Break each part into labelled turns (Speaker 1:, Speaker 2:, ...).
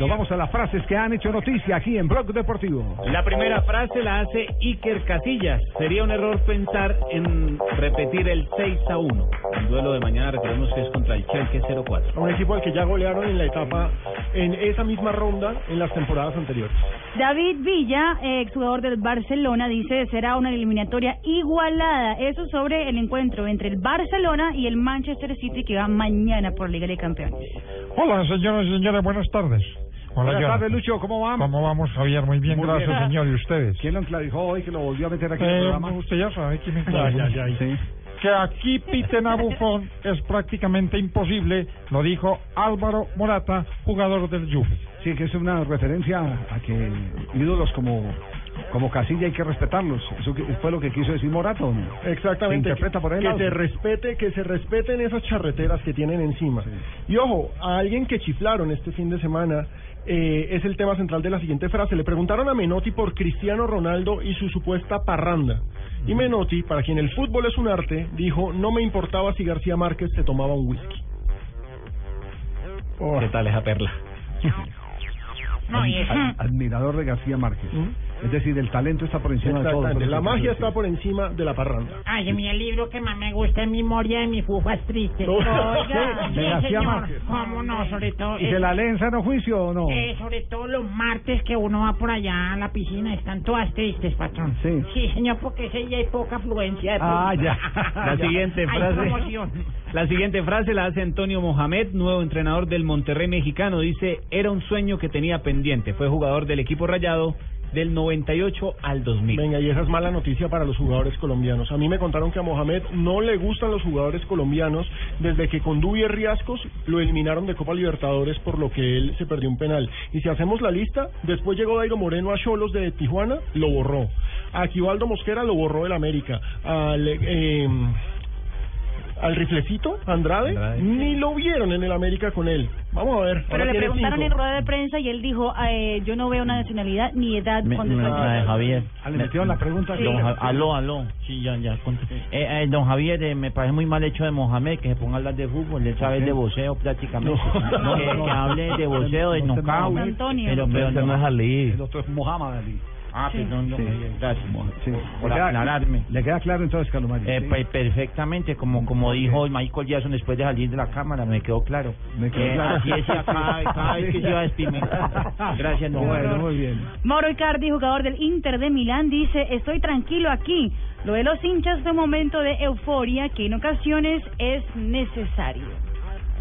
Speaker 1: Nos vamos a las frases que han hecho noticia aquí en Blog Deportivo.
Speaker 2: La primera frase la hace Iker Casillas. Sería un error pensar en repetir el 6 a 1. El duelo de mañana recordemos que es contra el Schalke 04.
Speaker 3: A un equipo al que ya golearon en la etapa, en esa misma ronda, en las temporadas anteriores.
Speaker 4: David Villa, eh, exjugador del Barcelona, dice será una eliminatoria igualada. Eso sobre el encuentro entre el Barcelona y el Manchester City que va mañana por Liga de Campeones.
Speaker 5: Hola, señoras y señores, buenas tardes. Hola,
Speaker 1: Buenas
Speaker 5: Jonathan.
Speaker 1: tardes, Lucho, ¿cómo vamos?
Speaker 5: ¿Cómo vamos, Javier? Muy bien,
Speaker 1: Muy
Speaker 5: gracias,
Speaker 1: bien.
Speaker 5: señor. ¿Y ustedes?
Speaker 1: ¿Quién lo enclavijó hoy que lo volvió a meter aquí en el
Speaker 5: Eh,
Speaker 1: programa?
Speaker 5: usted ya sabe quién me enclavijó.
Speaker 1: Sí.
Speaker 5: Que aquí piten a Buffon es prácticamente imposible, lo dijo Álvaro Morata, jugador del Juve.
Speaker 1: Sí, que es una referencia a que ídolos como, como Casilla hay que respetarlos. Eso que- fue lo que quiso decir Morato. ¿no?
Speaker 3: Exactamente.
Speaker 1: Se interpreta por él.
Speaker 3: que se respete, que se respeten esas charreteras que tienen encima. Y ojo, a alguien que chiflaron este fin de semana eh, es el tema central de la siguiente frase. Le preguntaron a Menotti por Cristiano Ronaldo y su supuesta parranda. Y Menotti, para quien el fútbol es un arte, dijo, no me importaba si García Márquez se tomaba un whisky.
Speaker 2: ¿Qué tal esa perla?
Speaker 4: No, y es-
Speaker 1: Ad- Admirador de García Márquez. Es decir, el talento está por encima de todo.
Speaker 3: Exactamente. La magia está
Speaker 1: por
Speaker 3: por encima de la parranda.
Speaker 6: Ay, a mí el libro que más me gusta es Memoria de mis fufas tristes.
Speaker 3: No.
Speaker 6: Oiga,
Speaker 1: De García
Speaker 6: sí, señor.
Speaker 1: Márquez.
Speaker 6: ¿Cómo no? Sobre todo...
Speaker 1: ¿Y se
Speaker 6: eh,
Speaker 1: la leen sano juicio o no?
Speaker 6: eh, sobre todo los martes que uno va por allá a la piscina, están todas tristes, patrón.
Speaker 1: Sí.
Speaker 6: señor, porque ese día hay poca afluencia. de
Speaker 1: Ah,
Speaker 6: público.
Speaker 1: ya.
Speaker 2: La
Speaker 6: Ya.
Speaker 2: siguiente
Speaker 6: Hay
Speaker 2: frase.
Speaker 6: promoción.
Speaker 2: La siguiente frase la hace Antonio Mohamed, nuevo entrenador del Monterrey mexicano. Dice, era un sueño que tenía pendiente. Fue jugador del equipo rayado del 98 al 2000.
Speaker 3: Venga, y esa es mala noticia para los jugadores colombianos. A mí me contaron que a Mohamed no le gustan los jugadores colombianos desde que con Dubier Riascos lo eliminaron de Copa Libertadores por lo que él se perdió un penal. Y si hacemos la lista, después llegó Dairo Moreno a Cholos de Tijuana, lo borró. A Quibaldo Mosquera lo borró del América. Al, eh, al riflecito Andrade,
Speaker 2: Andrade.
Speaker 3: ni lo vieron en el América con él. Vamos a ver.
Speaker 4: Pero
Speaker 3: ahora
Speaker 4: le
Speaker 3: tiene
Speaker 4: preguntaron
Speaker 3: cinco.
Speaker 4: en rueda de prensa y él dijo, eh, yo no veo una nacionalidad ni edad cuando está
Speaker 7: Ah, Javier.
Speaker 1: Ah, le metieron la pregunta.
Speaker 4: Sí.
Speaker 7: Don Ja- aló, aló. Sí, ya, ya. contesté. Eh, eh, don Javier, eh, me parece muy mal hecho de Mohamed que se ponga a hablar de fútbol. Él sabe de voceo prácticamente.
Speaker 1: No.
Speaker 7: No, que, que hable de voceo, de
Speaker 1: No, no,
Speaker 7: knockout.
Speaker 1: no,
Speaker 4: Antonio.
Speaker 7: Pero, pero no es
Speaker 1: El otro es Mohamed Ali.
Speaker 7: Ah, perdón, don
Speaker 1: Sí.
Speaker 7: Javier, Gracias Mohamed,
Speaker 1: Sí.
Speaker 7: por
Speaker 1: Le queda-
Speaker 7: aclararme.
Speaker 1: ¿Le queda claro entonces, Carlos Mario?
Speaker 7: Eh,
Speaker 1: Sí.
Speaker 7: pe- perfectamente, como como dijo Michael Jackson después de salir de la cámara, me quedó claro.
Speaker 1: Me quedó
Speaker 7: Eh,
Speaker 1: claro.
Speaker 7: Así es, cada, cada vez que yo iba a despedirme. Gracias, don Javier.
Speaker 1: Bueno, muy bien.
Speaker 4: Mauro Icardi, jugador del Inter de Milán, dice, estoy tranquilo aquí. Lo de los hinchas fue un momento de euforia que en ocasiones es necesario.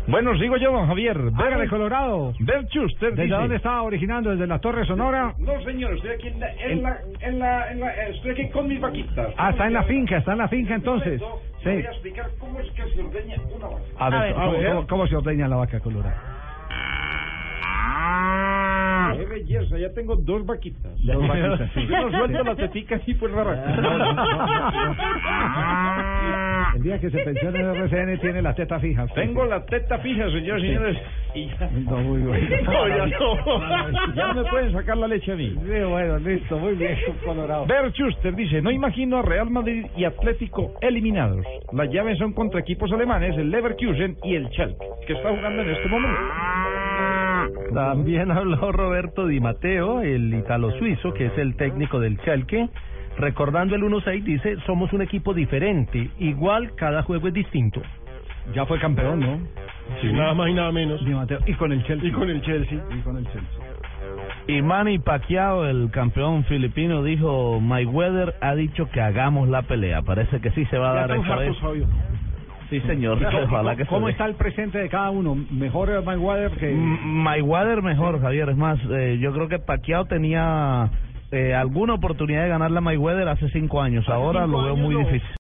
Speaker 5: Bueno, sigo yo, don Javier.
Speaker 1: Hágale, Colorado.
Speaker 5: Belchuster
Speaker 1: ¿Desde dónde estaba originando? ¿Desde la Torre Sonora?
Speaker 8: No, señor, estoy aquí en la, en la, en la, en la- estoy aquí con mis vaquitas.
Speaker 1: Ah, está en la finca, está en la finca entonces.
Speaker 8: Yo Voy a
Speaker 1: Sí.
Speaker 8: explicar cómo es que se ordeña una vaca.
Speaker 1: A ver, ¿cómo, cómo- cómo se ordeña la vaca colorada?
Speaker 8: Qué belleza, ya tengo dos vaquitas.
Speaker 1: Dos vaquitas, sí.
Speaker 8: Yo no suelto las teticas y pues la
Speaker 1: No, no,
Speaker 8: vaca.
Speaker 1: El día que se pensiona en RCN tiene las tetas fijas.
Speaker 8: Tengo la teta fija, señores y señores. Y ya.
Speaker 1: No, muy bueno.
Speaker 8: No, ya no.
Speaker 1: Ya me
Speaker 8: pueden sacar la leche a mí.
Speaker 1: Sí, bueno, listo, muy bien, Colorado.
Speaker 8: Ver Schuster dice, no imagino a Real Madrid y Atlético eliminados. Las llaves son contra equipos alemanes, el Leverkusen y el Schalke, que está jugando en este momento.
Speaker 9: También habló Roberto Di Matteo, el italo suizo, que es el técnico del Schalke. Recordando el 1-6, dice: Somos un equipo diferente. Igual cada juego es distinto.
Speaker 1: Ya fue campeón, ¿no?
Speaker 3: Sí, Nada más y nada menos.
Speaker 1: Di Mateo. Y con el Chelsea.
Speaker 3: Y con el Chelsea.
Speaker 1: Y con el Chelsea.
Speaker 9: Y Manny Pacquiao, el campeón filipino, dijo: Mayweather ha dicho que hagamos la pelea. Parece que sí se va a
Speaker 3: Ya
Speaker 9: dar
Speaker 3: están
Speaker 9: esta vez.
Speaker 3: hartos, Fabio.
Speaker 9: Sí, señor. eh. Ojalá que se
Speaker 1: ¿Cómo
Speaker 9: dé.
Speaker 1: está el presente de cada uno? ¿Mejor eh, Mayweather que...?
Speaker 3: Mm,
Speaker 9: M- Mayweather mejor, Javier. Es más, eh, yo creo que Pacquiao tenía eh, alguna oportunidad de ganar la Mayweather hace cinco años. Ahora
Speaker 3: cinco
Speaker 9: lo veo
Speaker 3: años
Speaker 9: muy
Speaker 3: lo-
Speaker 9: difícil.